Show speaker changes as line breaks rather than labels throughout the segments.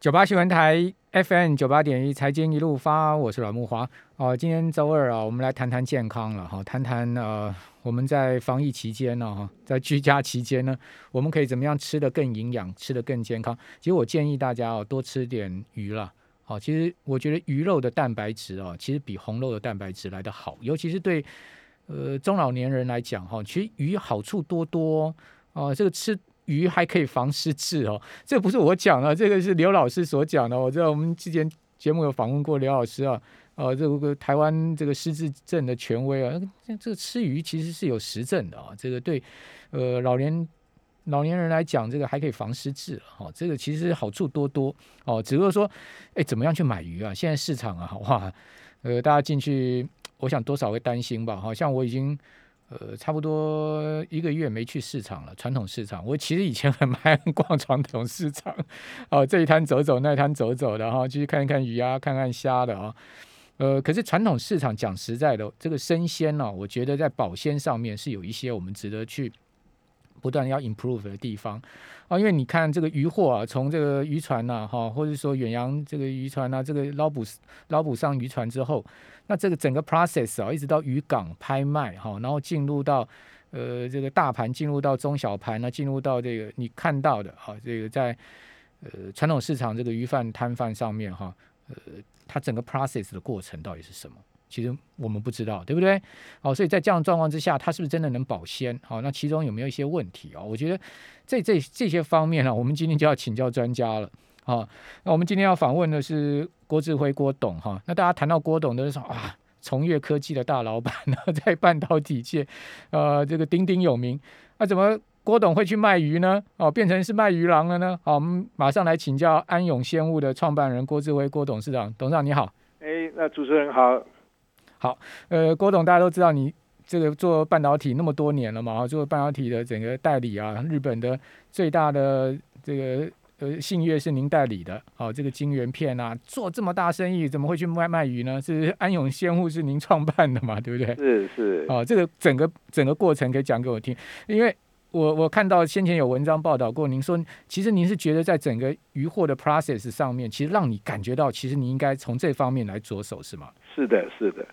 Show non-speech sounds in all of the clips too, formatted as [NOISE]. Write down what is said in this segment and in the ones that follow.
九八新闻台 FM 九八点一财经一路发，我是阮木华。哦、今天周二啊，我们来谈谈健康了哈，谈谈呃我们在防疫期间呢、哈，在居家期间呢，我们可以怎么样吃得更营养，吃得更健康？其实我建议大家哦多吃点鱼啦。好，其实我觉得鱼肉的蛋白质哦，其实比红肉的蛋白质来得好，尤其是对呃中老年人来讲哈、其实鱼好处多多哦、哦这个吃鱼还可以防失智哦，这不是我讲的，这个是刘老师所讲的。我知道我们之前节目有访问过刘老师啊，呃，这个台湾这个失智症的权威啊，这这个吃鱼其实是有实证的啊，这个对呃老年老年人来讲，这个还可以防失智了哈、这个其实好处多多哦，只不过说，哎，怎么样去买鱼啊？现在市场啊，哇，呃，大家进去，我想多少会担心吧，好、像我已经。呃，差不多一个月没去市场了，传统市场。我其实以前 [LAUGHS] 很爱逛传统市场，哦，这一摊走走，那一摊走走的哈，去看一看鱼啊，看看虾的啊。呃，可是传统市场讲实在的，这个生鲜呢、我觉得在保鲜上面是有一些我们值得去不断要 improve 的地方啊，因为你看这个渔获啊，从这个渔船呐、哈，或者说远洋这个渔船啊呐、这个捞捕捞捕上渔船之后，那这个整个 process 啊，一直到渔港拍卖哈、然后进入到呃这个大盘，进入到中小盘呢，进入到这个你看到的啊，这个在呃传统市场这个鱼贩摊贩上面哈、呃，它整个 process 的过程到底是什么？其实我们不知道，对不对？好、所以在这样的状况之下，它是不是真的能保鲜？好、那其中有没有一些问题啊、我觉得这这这些方面呢、啊我们今天就要请教专家了。哦好、那我们今天要访问的是郭志辉郭董哈、那大家谈到郭董都是说啊，崇越科技的大老板呢， [LAUGHS] 在半导体界，呃，这个鼎鼎有名。那、怎么郭董会去卖鱼呢？哦，变成是卖鱼郎了呢？好，我们马上来请教安永鲜物的创办人郭志辉郭董事长，董事长你好。
哎，那主持人好，
呃，郭董，大家都知道你这个做半导体那么多年了嘛，做半导体的整个代理啊，日本的最大的这个呃信越是您代理的，好、这个晶圆片啊，做这么大生意，怎么会去卖卖鱼呢？是安永鲜户是您创办的嘛，对不对？
是是，
哦，这个整个整个过程可以讲给我听，因为我我看到先前有文章报道过，您说其实您是觉得在整个渔获的 process 上面，其实让你感觉到，其实你应该从这方面来着手，是吗？
是的，是的。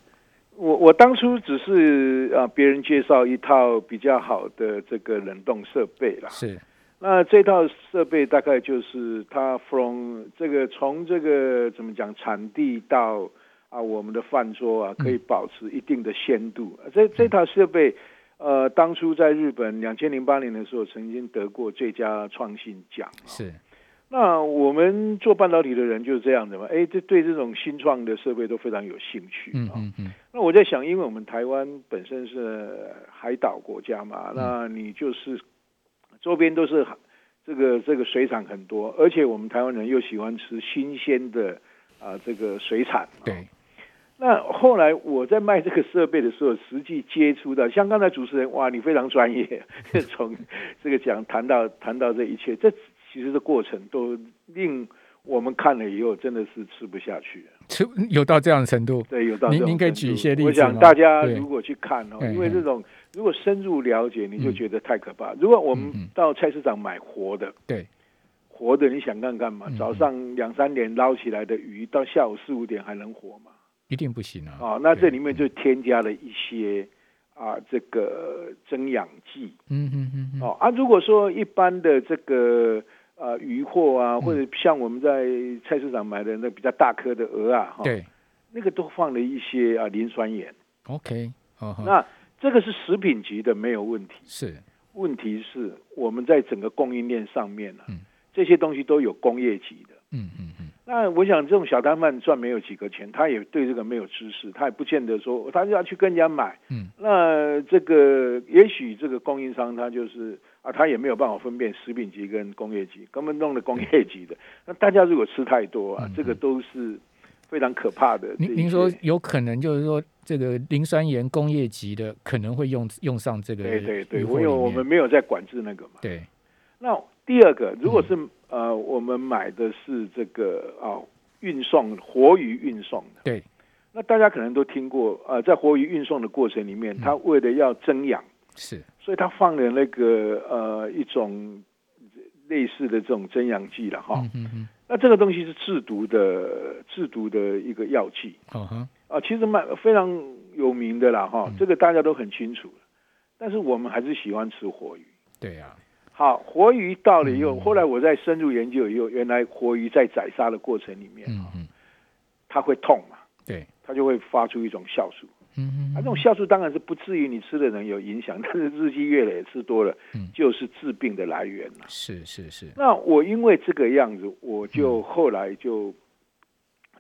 我我当初只是啊，别人介绍一套比较好的这个冷冻设备啦。
是，
那这套设备大概就是它 from 这个从这个怎么讲产地到啊我们的饭桌啊，可以保持一定的鲜度。啊这这套设备，呃，当初在日本两千零八年的时候，曾经得过最佳创新奖。
是，
那我们做半导体的人就是这样的嘛，哎，这对这种新创的设备都非常有兴趣
嗯
啊、
嗯嗯，
那我在想，因为我们台湾本身是呃海岛国家嘛，
嗯
那你就是周边都是海这个这个水产很多，而且我们台湾人又喜欢吃新鲜的啊、这个水产。
对，
那后来我在卖这个设备的时候，实际接触到，像刚才主持人，哇，你非常专业， [LAUGHS] 从这个讲谈到谈到这一切，这其实的过程都令我们看了以后真的是吃不下去。
吃嗯有到这样的程度。
对，有到
您
这种
您可以
程
举
度
一些例
我
子
想
吗
大家
对
如果去看哦，
嗯
因为
嗯
这种如果深入了解，你就
嗯
觉得太可怕。如果我们
嗯嗯
到菜市场买活的，
对，
活的你想干干嘛
嗯嗯？
早上两三点捞起来的鱼，到下午四五点还能活吗？
一定不行啊！
啊，那
对
这里面就添加了一些啊，这个增氧剂
嗯嗯嗯嗯，
哦啊。如果说一般的这个呃鱼货
嗯
啊，或者像我们在菜市场买的那比较大颗的鹅啊，哈，
对
那个都放了一些啊磷酸盐。
，OK，哦，呵
那这个是食品级的没有问题，
是
问题是我们在整个供应链上面呢、啊
嗯，
这些东西都有工业级的。
嗯嗯嗯，
那我想这种小摊贩赚没有几个钱，他也对这个没有知识，他也不见得说他就要去跟人家买。
嗯，
那这个也许这个供应商他就是啊，他也没有办法分辨食品级跟工业级，根本弄了工业级的。那大家如果吃太多啊，
嗯
这个都是非常可怕的。
您您说有可能就是说这个磷酸盐工业级的可能会用用上这个
对对对，
渔
因
获
为
里
我
面
们没有在管制那个嘛。
对
那第二个，如果
嗯
是、呃，我们买的是这个啊、运送活鱼运送的，
对
那大家可能都听过，呃，在活鱼运送的过程里
嗯
面，它为了要增氧，
是
所以它放了那个呃一种类似的这种增氧剂了哈。
嗯嗯嗯
那那这个东西是制毒的制毒的一个药剂
嗯哼，
啊，其实蛮非常有名的啦
嗯
哈，这个大家都很清楚。但是我们还是喜欢吃活鱼。
对啊呀、
好，活鱼到了以后，
嗯
后来我在深入研究以后，原来活鱼在宰杀的过程里面，
嗯嗯，
它会痛嘛，
对，
它就会发出一种酵素。
嗯嗯
啊，这
嗯，
种酵素当然是不至于你吃的人有影响，但是日积月累吃多了
嗯，
就是治病的来源了。
是是是，
那我因为这个样子，我
嗯
就后来就。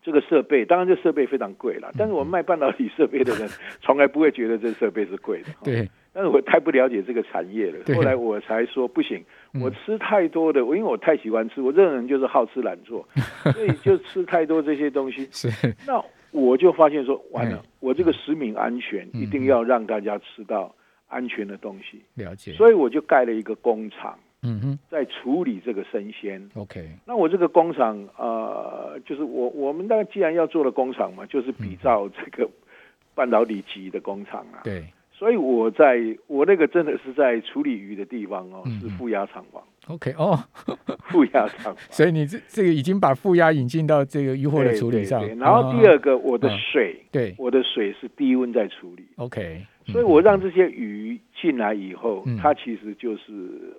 这个设备当然，这设备非常贵
嗯
了，但是我卖半导体设备的
[LAUGHS]
人从来不会觉得这设备是贵的。，
对，
但是我太不了解这个产业了，
对
后来我才说不行，
嗯
我吃太多的，我因为我太喜欢吃，我这个人就是好吃懒
[LAUGHS]
做，所以就吃太多这些东西。
是，
那我就发现说，完了
嗯，
我这个食品安全
嗯
一定要让大家吃到安全的东西，
了解，
所以我就盖了一个工厂，
嗯哼
在处理这个生鲜。
，OK，
那我这个工厂，呃，就是我我们那既然要做的工厂嘛，就是比照这个半导体级的工厂啊。
对
所以我在我那个真的是在处理鱼的地方哦，
嗯
是负压厂房， [LAUGHS]
，OK，哦，
负压
[LAUGHS]
厂房。
所以你这这个已经把负压引进到这个渔获的
对
处
对
理上
对，然后第
嗯，嗯
二个，我的
嗯
水
嗯，对
我的水是低温在处理。
，OK，嗯
所以我让这些鱼进来以后，
嗯
它其实就是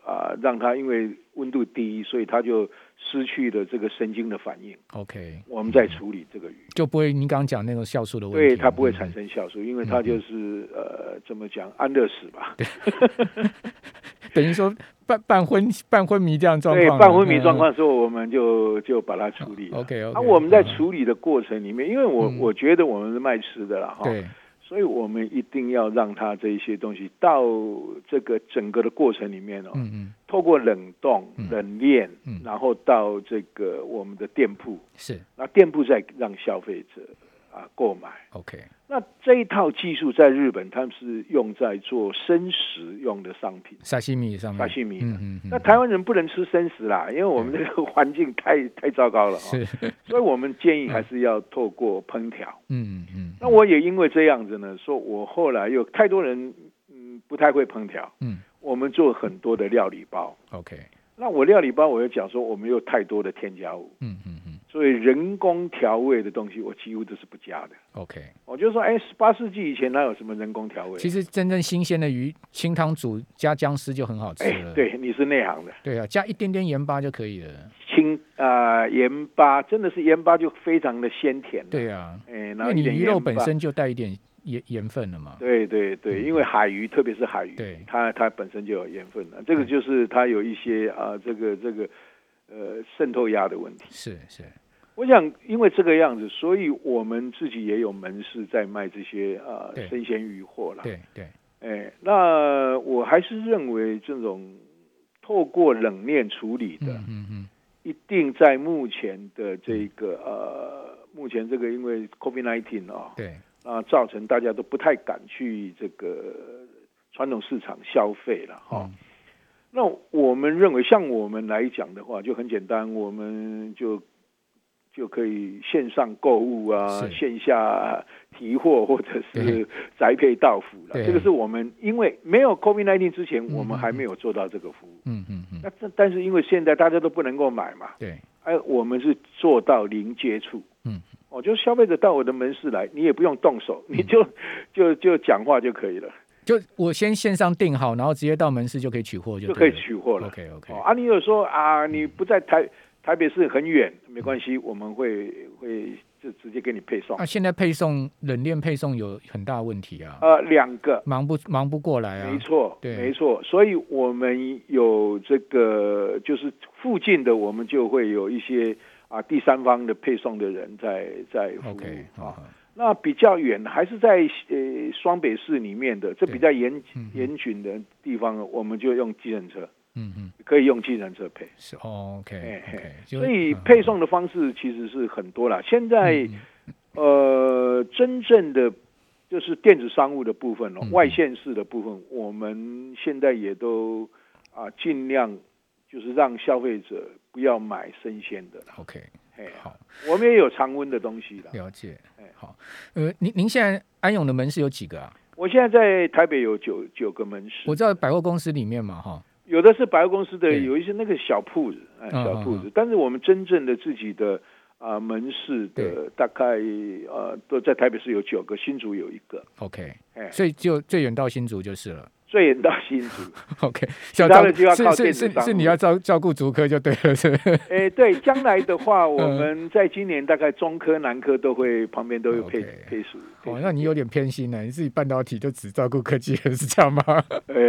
啊、让它因为温度低，所以它就失去了这个神经的反应。
OK
我们在处理这个鱼，
就不会您刚刚讲那种酵素的问题，
对它不会
嗯
产生酵素，因为它就是呃怎么讲安乐死吧，
嗯等于说半半昏半昏迷这样的状
对
况啊，
半昏迷
嗯
状。况之后，我们就就把它处理了。
OK，OK，
啊，我们在
嗯
处理的过程里面，因为我、
嗯
我觉得我们是卖吃的了哈，
对，
所以我们一定要让它这一些东西到这个整个的过程里面哦，
嗯嗯，
透过冷冻
嗯、
冷链，
嗯
然后到这个我们的店铺，
是
那店铺再让消费者啊购买。
OK，
那这一套技术在日本，他们是用在做生食用的商品。
沙西米上面，
沙西米
嗯嗯嗯，
那台湾人不能吃生食啦，因为我们这个环境太太糟糕了、哦，
是，
所以我们建议还是要透过烹调。
嗯嗯，
那我也因为这样子呢，说我后来有太多人嗯不太会烹调，
嗯
我们做很多的料理包。
OK，
那我料理包我就讲说，我们有太多的添加物，
嗯嗯嗯
所以人工调味的东西我几乎都是不加的。
OK，
我就说，哎，十八世纪以前哪有什么人工调味？
其实真正新鲜的鱼，清汤煮加姜丝就很好吃
哎
了，，
对，你是内行的，
对啊，加一点点盐巴就可以了，
青啊、呃盐巴真的是盐巴就非常的鲜甜。，
对啊，
哎，然
因
后
为
一
你
点
鱼
盐
肉
巴
本。身就带一点盐盐分了嘛，
对对对，
嗯
因为海鱼，特别是海鱼，
对
它它本身就有盐分了。这个就是它有一些啊、这个这个呃渗透压的问题。
是是，
我想，因为这个样子，所以我们自己也有门市在卖这些啊、
对
生鲜鱼货啦。
对对，
哎，那我还是认为这种透过冷链处理的，
嗯嗯嗯，
一定在目前的这个呃，目前这个因为 COVID-19 啊、
对，
啊，造成大家都不太敢去这个传统市场消费哦了哈。
嗯
那我们认为，像我们来讲的话，就很简单，我们就就可以线上购物啊
是，
线下提货或者
对
是宅配到府了
对。
这个是我们因为没有 COVID-19 之前，
嗯
我们
嗯
还
嗯
没有做到这个服务。
嗯嗯嗯，
那这但是因为现在大家都不能够买嘛，
对，
哎，我们是做到零接触。
嗯，
哦，就是消费者到我的门市来，你也不用动手，你就、就就讲话就可以了，
就我先线上订好，然后直接到门市就可以取货就
就可
对
以
了
取货了。
OK OK，
哦，啊，你有说啊，你不在台台北市很远，没关
嗯
系，我们会会就直接给你配送
啊，。现在配送冷链配送有很大问题啊，
呃，两个，
忙不忙不过来啊。
没错，
对
没错。所以我们有这个，就是附近的，我们就会有一些啊第三方的配送的人在在服务
OK，
啊
好。好，
那比较远，还是在呃双北市里面的，这
对
比较严
嗯
严峻的地方，我们就用计程车，
嗯嗯，
可以用计程车配。
是 OK
哎
OK，就
所以
嗯
配送的方式其实是很多啦。现在
嗯嗯
呃，真正的就是电子商务的部分哦
嗯，
外线式的部分，我们现在也都啊尽量就是让消费者不要买生鲜的啦。
OK
嘿，
好
我们也有常温的东西啦。
了解
哎。
好，呃，您您现在安永的门市有几个啊？
我现在在台北有九九个门市，
我知道百货公司里面嘛，哈，
有的是百货公司的，
对
有一些那个小铺子，哎，
嗯
小铺
嗯
子。但是我们真正的自己的啊、门市
对
的，大概呃都在台北市有九个，新竹有一个，
OK，
哎，
所以就最远到新竹就是了。 [LAUGHS]
最远到新竹。
OK，
他的就要
是
靠
是
电子
是
商
是
务
你要照照顾竹科就对了，是不是
哎，对，将来的话，我们在今年大概中科、南科都会旁边都会配
嗯 OK
配属。配
哦，
属
那你有点偏心了，你自己半导体就只照顾科技人是这样吗？ [LAUGHS]
呃，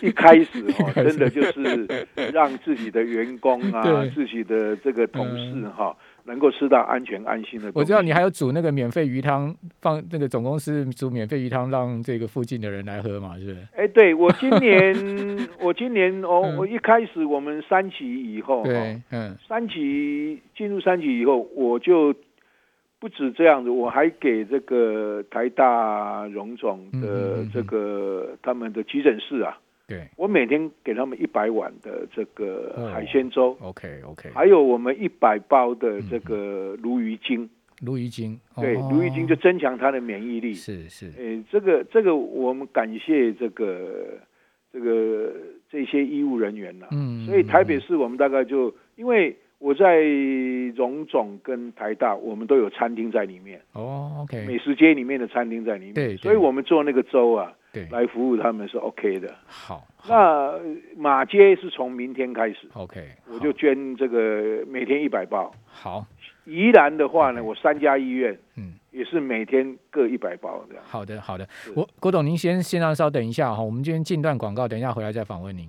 一开始
一
哈、
开始
真的就是让自己的员工
[LAUGHS]
啊
对，嗯
自己的这个同事哈、能够吃到安全安心的东西。
我知道你还有煮那个免费鱼汤，放那个总公司煮免费鱼汤让这个附近的人来喝嘛，是不是？
哎，对我今
[LAUGHS]
年，我今年哦
嗯，
我一开始我们三级以后、哦，
对，嗯，
三级进入三级以后，我就不止这样子，我还给这个台大荣总
嗯嗯
的
嗯嗯
这个、他们的急诊室啊，
对
我每天给他们一百碗的这
哦
个海鲜粥，
，OK OK，
还有我们一百包的这个鲈鱼精，
鲈鱼精，嗯哦
对，鲈鱼精就增强它的免疫力。
是是，
诶，这个这个我们感谢这个这个这些医务人员呐、
嗯，
所以台北
嗯
市我们大概就因为我在荣总跟台大，我们都有餐厅在里面，
哦，OK，
美食街里面的餐厅在里面，
对对
所以我们做那个粥啊，
对，
来服务他们是 OK 的。
好，好
那呃马街是从明天开始，
OK，
我就
好
捐这个每天一百包。
好，
宜兰的话呢，
OK
我三家医院
嗯。
也是每天各一百包这样。
好的，好的，
是
我郭董，您先先让稍等一下哈，我们这边进段广告，等一下回来再访问您。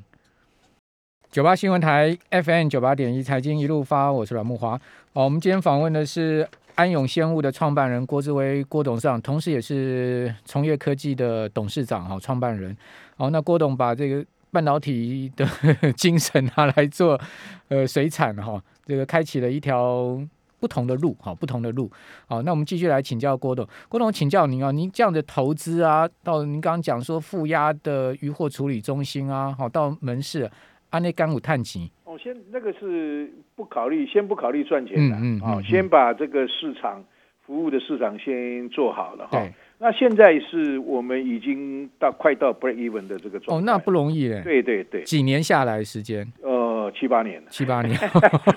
九八新闻台 FM 九八点一财经一路发，我是阮木华。哦，我们今天访问的是安永鲜物的创办人郭志威郭董事长，同时也是崇越科技的董事长哈、哦创办人。哦，那郭董把这个半导体的 [LAUGHS] 精神拿来做呃水产哈、这个开启了一条不同的路哈、不同的路。好，那我们继续来请教郭董。郭董，请教您啊，您这样的投资啊，到您刚刚讲说负压的渔获处理中心啊，好到门市，安内干股探集，
哦，先那个是不考虑，先不考虑赚钱的，
嗯嗯
哦
嗯，
先把这个市场服务的市场先做好了哈、
对，
那现在是我们已经到快到 break even 的这个状态。
哦，那不容易嘞，
对对对，
几年下来时间
呃，七八
[LAUGHS]
年了，
七八
[LAUGHS]
年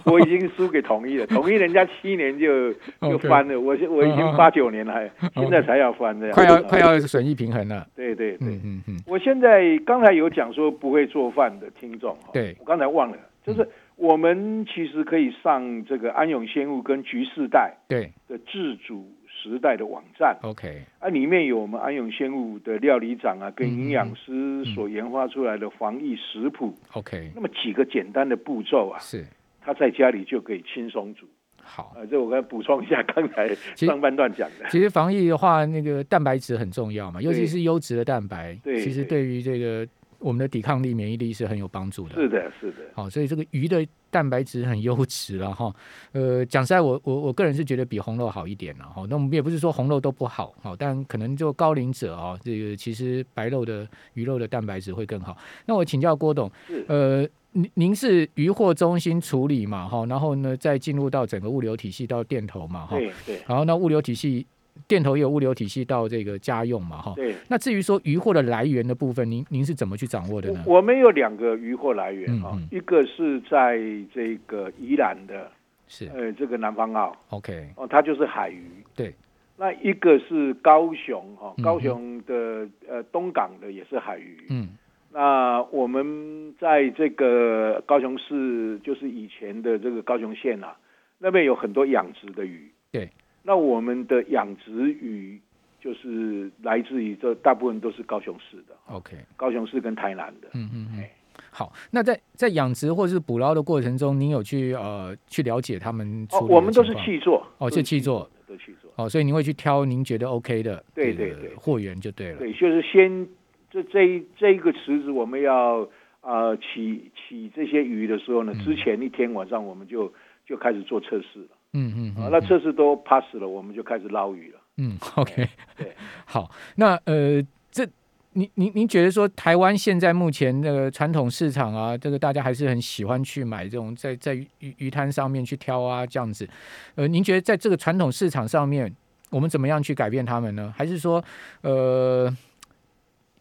我已经输给统一了，统一人家七年就就
OK
翻了，我现我已
嗯
经八九年了，还现在才要翻这样，
哦快要
啊
快，要损益平衡了，
对对对。
嗯嗯嗯，
我现在刚才有讲说不会做饭的听众哈，
对嗯
我刚才忘了，就是我们其实可以上这个安永鲜物跟局世代
对
的自主时代的网站，
，OK，
啊，里面有我们安永鲜物的料理长啊跟
嗯嗯嗯
营养师所研发出来的防疫食谱，
OK，
那么几个简单的步骤啊，
是
他在家里就可以轻松煮。
好。
啊，这我刚才补充一下刚才
其实
上半段讲的，
其实防疫的话，那个蛋白质很重要嘛，尤其是优质的蛋白，
对
其实对于这个我们的抵抗力、免疫力是很有帮助的。
是的，是的，
好、所以这个鱼的蛋白质很优质了哈。呃，讲实在我，我我个人是觉得比红肉好一点了哈。那我们也不是说红肉都不好，好、但可能就高龄者哦，这个其实白肉的鱼肉的蛋白质会更好。那我请教郭董
是，
呃，您您是鱼货中心处理嘛哈，然后呢再进入到整个物流体系到店头嘛哈，
对对
然后那物流体系店头也有物流体系到这个家用嘛哈。
对。
那至于说鱼货的来源的部分，您您是怎么去掌握的呢？
我我们有两个渔获来源啊、
嗯
一个是在这个宜兰的，
是
呃，这个南方澳
OK，
哦，它就是海鱼。
对。
那一个是高雄哈、
嗯
高雄的呃东港的也是海鱼。
嗯，
那我们在这个高雄市，就是以前的这个高雄县啊，那边有很多养殖的鱼。
对。
那我们的养殖鱼就是来自于这大部分都是高雄市的，
OK，
高雄市跟台南的。
嗯嗯嗯
哎。
好，那在在养殖或是捕捞的过程中，您有去呃去了解他们处
哦，
理的
我们都是
情况
气做，
哦
都是
是气做
的，都是气做。
哦，所以您会去挑您觉得 OK 的
对
这个
对对
货源就对了。
对，就是先这这一这一个池子，我们要呃起起这些鱼的时候呢
嗯，
之前一天晚上我们就就开始做测试了。
嗯嗯
啊
嗯，，
那测试都 pass 了，我们就开始捞鱼了。
嗯 OK
对，
[LAUGHS] 好，那呃这。您您您觉得说台湾现在目前那个传统市场啊，这个大家还是很喜欢去买这种在在鱼鱼摊上面去挑啊这样子，呃，您觉得在这个传统市场上面，我们怎么样去改变他们呢？还是说，呃，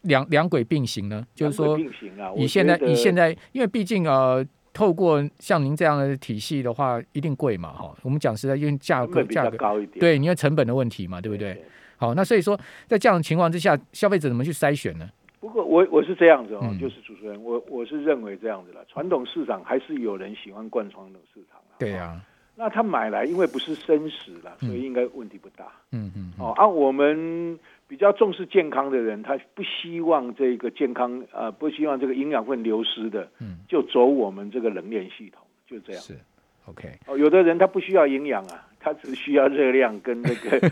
两两轨并行呢？就是说，
并行啊，
以
我
现在
觉
以
得
现在，因为毕竟呃，透过像您这样的体系的话，一定贵嘛哈、我们讲实在，因为价
成
格
本比
价
较
格，
高一点，啊
对，因为成本的问题嘛，对不对？？好，那所以说，在这样的情况之下，消费者怎么去筛选呢？
不过我我是这样子哦，
嗯
就是主持人，我我是认为这样子了，传统市场还是有人喜欢逛传统市场啦
对啊嗯呀、
哦那他买来因为不是生食啦，所以应该问题不大。
嗯嗯，嗯
哦，按、我们比较重视健康的人，他不希望这个健康呃，不希望这个营养分流失的，
嗯，
就走我们这个冷链系统，就这样。
是，OK，
哦，有的人他不需要营养啊， [LAUGHS] 他只需要热量跟那
[LAUGHS]
个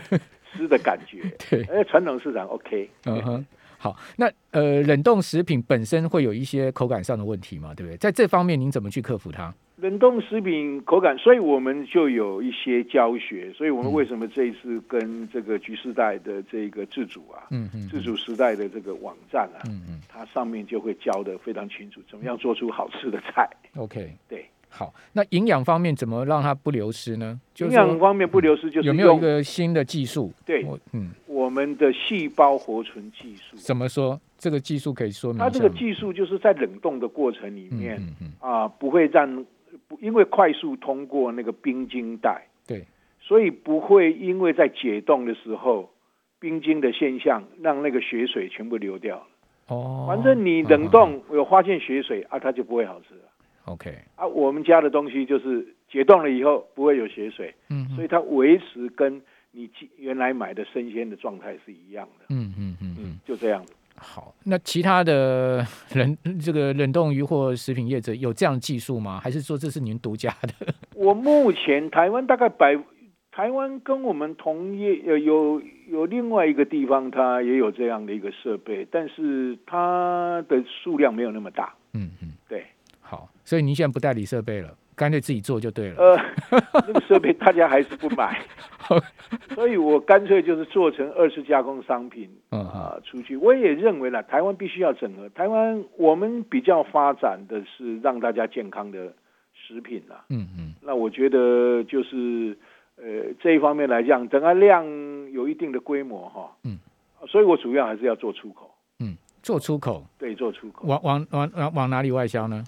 吃的感觉。
对，
而传统市场 OK，
嗯哼，好，那呃，冷冻食品本身会有一些口感上的问题嘛，对不对？在这方面您怎么去克服它？
冷冻食品口感，所以我们就有一些教学，所以
嗯
我们为什么这一次跟这个局世代的这个自主啊，
嗯嗯
自主时代的这个网站啊，
嗯嗯
它上面就会教的非常清楚，怎么样做出好吃的菜。
，OK，
对，
好，那营养方面怎么让它不流失呢？就
营
是说
养方面不流失，就是
有没有一
用
个新的技术？
对
我嗯，
我们的细胞活存技术。
怎么说？这个技术可以说明
它
一
这
下
个
吗？
技术就是在冷冻的过程里
嗯
面
嗯嗯，
啊，不会让不因为快速通过那个冰晶带，
对，
所以不会因为在解冻的时候冰晶的现象让那个血水全部流掉。
哦，
反正你冷
嗯嗯
冻有发现血水啊，它就不会好吃了
嗯，OK，
啊。我们家的东西就是解冻了以后不会有血水，
嗯嗯
所以它维持跟你既原来买的生鲜的状态是一样的。
嗯嗯嗯嗯。
嗯，就这样。
好，那其他的冷这个冷冻鱼或食品业者有这样的技术吗？还是说这是您独家的？
我目前台湾大概百，台湾跟我们同业呃有有另外一个地方，它也有这样的一个设备，但是它的数量没有那么大。
嗯嗯，
对，
好，所以您现在不代理设备了，干脆自己做就对了。
呃， [LAUGHS] 那个设备大家还是不
[LAUGHS]
买，所以我干脆就是做成二次加工商品
嗯
啊、出去。我也认为啦，台湾必须要整合。台湾我们比较发展的是让大家健康的食品啦，
嗯嗯
那我觉得就是呃这一方面来讲，等它量有一定的规模哈，
嗯，
所以我主要还是要做出口，
嗯，做出口
对，做出口，
往往往往往哪里外销呢？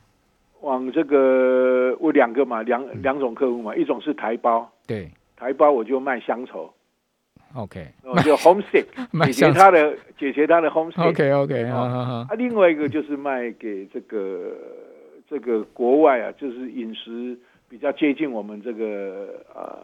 往这个我两个嘛，
嗯
两两种客户嘛，一种是台胞，
对
台胞我就卖乡愁，
，OK，
我就 homesick
[LAUGHS] 卖
解决
相
他的解决他的 homesick，
OK OK，嗯
哦
好好好，
啊，另外一个就是卖给这个这个国外啊，就是饮食比较接近我们这个呃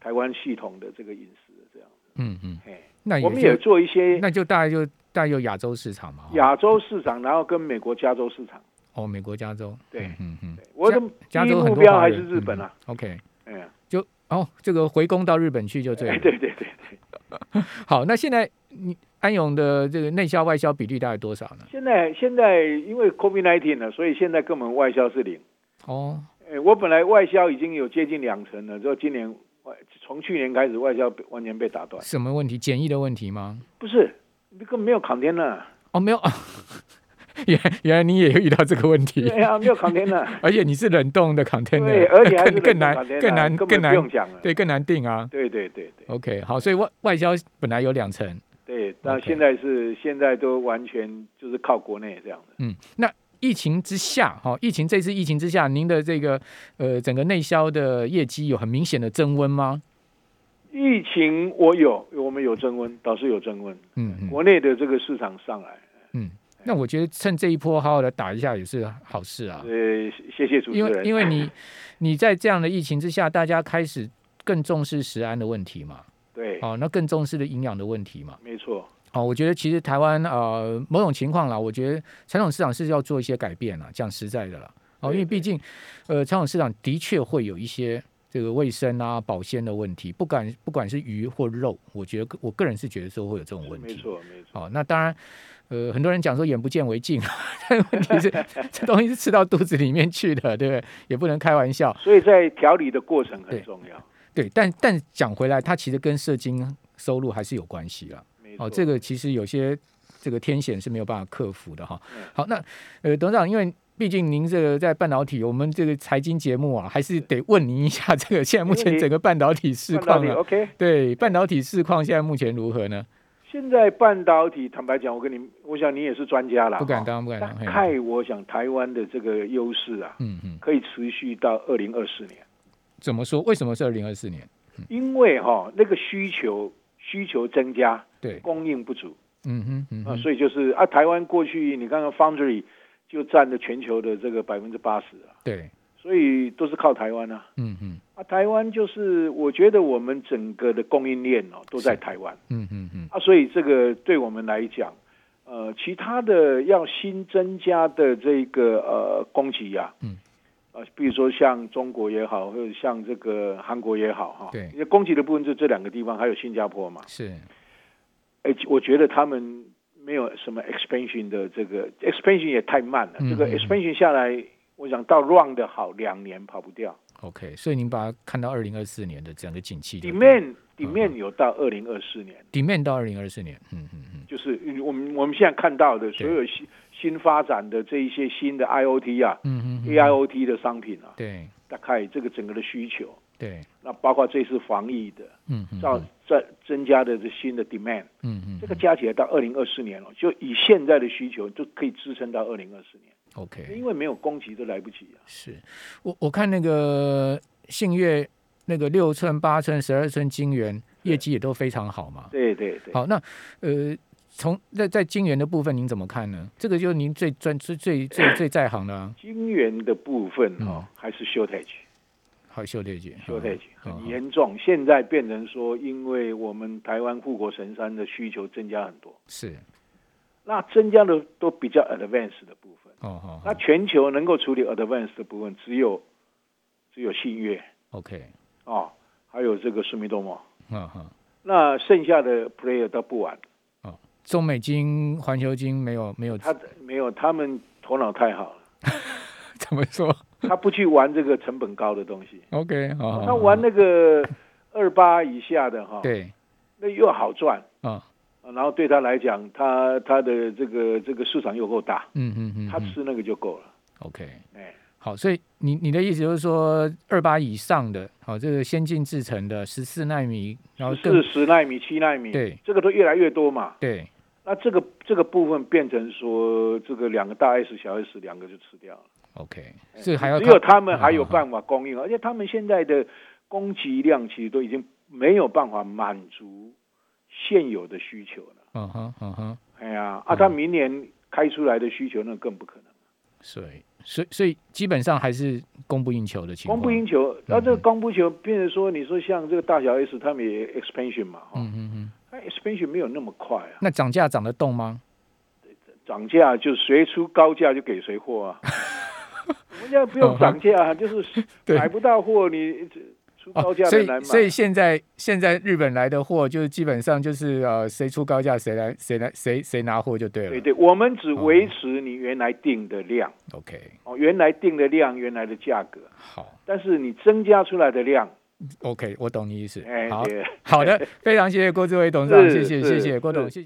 台湾系统的这个饮食这样，
嗯嗯，
嘿。
那
我们
就
也做一些
那啊就大概就大概有亚洲市场嘛，哈
亚洲市场，然后跟美国加州市场。
哦，美国加州，
对
嗯嗯
对，我的
加
第一
州很
目
多
标
华
还
人
是日本啊。
嗯嗯，OK，
哎呀，
就哦，这个回攻到日本去就对
哎
了。
[LAUGHS] 对对对，
好，那现在你安永的这个内销外销比率大概多少呢？
现在现在因为 COVID 1 9呢，所以现在根本外销是零。
哦，
哎，我本来外销已经有接近两成了，之后今年外从去年开始外销被完全被打断，
什么问题？简易的问题吗？
不是那个没有 container，啊
哦，没有， [LAUGHS] 原原来你也遇到这个问
[LAUGHS]
题，
哎呀没有 container，
而且你是冷冻的
对，
container，
而且还是
更更难
冷冻 container，
更难
根
更
本不用
难，
讲了。
对，更难定啊。
对对对对
OK，好，所以外外销本来有两成，
对，但
OK
现在是现在都完全就是靠国内这样的。
嗯，那疫情之下，哈、疫情这次疫情之下，您的这个呃整个内销的业绩有很明显的增温吗？
疫情我有，我们有增温，倒是有增温。
嗯嗯
国内的这个市场上来，
嗯，那我觉得趁这一波好好的打一下也是好事啊。
呃，谢谢主持
因为
人。
因为你你在这样的疫情之下，大家开始更重视食安的问题嘛，
对，
哦，那更重视的营养的问题嘛，
没错，
哦，我觉得其实台湾呃某种情况啦，我觉得传统市场是要做一些改变啦，讲实在的啦，哦，
对
因为毕
对
竟呃传统市场的确会有一些。这个卫生啊、保鲜的问题，不管不管是鱼或肉，我觉得我个人是觉得说会有这种问
没
题。
错，没错。
哦，那当然，呃，很多人讲说眼不见为净，啊 [LAUGHS] 但问题是这东西是吃到肚子里面去的，对不对？也不能开玩笑。
所以在调理的过程很重要。
对，哦但但讲回来，它其实跟社经收入还是有关系啦。
没错，
哦，这个其实有些这个天险是没有办法克服的哈
嗯。
好，那呃，董事长，因为毕竟您这个在半导体，我们这个财经节目啊，还是得问您一下这个现在目
没问
前
题
整个半导体市
看到
况
你
啊。
OK。
对，半导体市况现在目前如何呢？
现在半导体，坦白讲，我跟你，我想你也是专家啦。
不敢
哦
当，不敢
大
当。嘿
概我想台湾的这个优势啊，
嗯嗯，
可以持续到二零二四年，
怎么说？为什么是二零二四年？
因为哈、那个需求需求增加，
对，
供应不足
嗯哼嗯
啊，
哼，
所以就是啊，台湾过去你看看 Foundry 就占了全球的这个百分之八十啊，
对，
所以都是靠台湾啊。
嗯嗯
啊，台湾就是我觉得我们整个的供应链哦都在台湾
嗯嗯嗯，
啊，所以这个对我们来讲，呃，其他的要新增加的这个呃供给呀、
嗯，
呃，比如说像中国也好，或者像这个韩国也好哈，
对
因为供给的部分就这两个地方，还有新加坡嘛，
是，
哎，我觉得他们没有什么 expansion 的这个 expansion 也太慢了，
嗯
这个
嗯嗯
expansion 下来，我想到 run 的好两年跑不掉
OK，所以您把它看到二零二四年的整个景气就对了
，demand
嗯
demand 有到二零二四年。
demand 到二零二四年，嗯嗯嗯，
就是我们我们现在看到的所有新新发展的这一些新的 IOT 啊、
嗯嗯
AIOT 的商品啊，
对
大概这个整个的需求，
对，
那包括这次防疫的
嗯嗯
造
嗯
在增加的这新的 demand，
嗯嗯
这个加起来到二零二四年了，就以现在的需求就可以支撑到二零二四年，
，OK，
因为没有供给都来不及啊。
是我我看那个信越那个六寸、八寸、十二寸晶圆业绩也都非常好嘛。
对对对，
好，那呃，从在在晶圆的部分您怎么看呢？这个就是您最专最最最最在行的、啊，
晶圆的部分
嗯
哦，还是 shortage。
好，秀烈姐，哦
修太紧，
好
很严重。现在变成说，因为我们台湾护国神山的需求增加很多，
是，
那增加的都比较 advanced 的部分。
哦好
那
好
全球能够处理 advanced 的部分，只有只有信越
，OK，
哦，还有这个苏米多摩。
嗯哼，
那剩下的 player 都不玩，
哦，中美金、环球金没有没有 [LAUGHS]
他没有，他们头脑太好了，
怎么说
他不去玩这个成本高的东西，
？OK，好，好
他玩
好
那个二八以下的哈、
哦对，
那又好赚。
嗯
然后对他来讲，他他的这个这个市场又够大，
嗯嗯嗯，
他
嗯
吃那个就够了。
OK，
哎，
好，所以你你的意思就是说，二八以上的，好、这个先进制程的十四纳米，然后
四
哦更
十纳米、七纳米，
对
这个都越来越多嘛。
对
那这个这个部分变成说，这个两个大 S 小 S 两个就吃掉了，
，OK，
哎
这还要
只有
看
他们还有
嗯
办法供应，而且他们现在的供给量其实都已经没有办法满足现有的需求了。
嗯哼嗯哼，
哎呀，啊，
嗯
他明年开出来的需求那更不可能。
所以所以所以基本上还是供不应求的情况，嗯
供不应求，那、这个供不求，变成说，你说像这个大小 S 他们也 expansion 嘛，哈、
嗯嗯嗯，
那 expansion 没有那么快啊，
那涨价涨得动吗？
涨价就谁出高价就给谁货
[LAUGHS]
啊，我们现在不用涨价啊，就是
对哦
买不到货，你这出高价
所
的
以
来买，
所以现在现在日本来的货，就是基本上就是呃，谁出高价谁来谁来谁谁拿货就对了。哦
对对，我们只维持你原来定的量
OK，
哦，原来定的量，原来的价格，
好
但是你增加出来的量，
，OK，我懂你意思。
哎，
好
对。
好的，非常谢谢郭志伟董事长，谢
是
谢
是
谢谢郭董，
是
谢谢。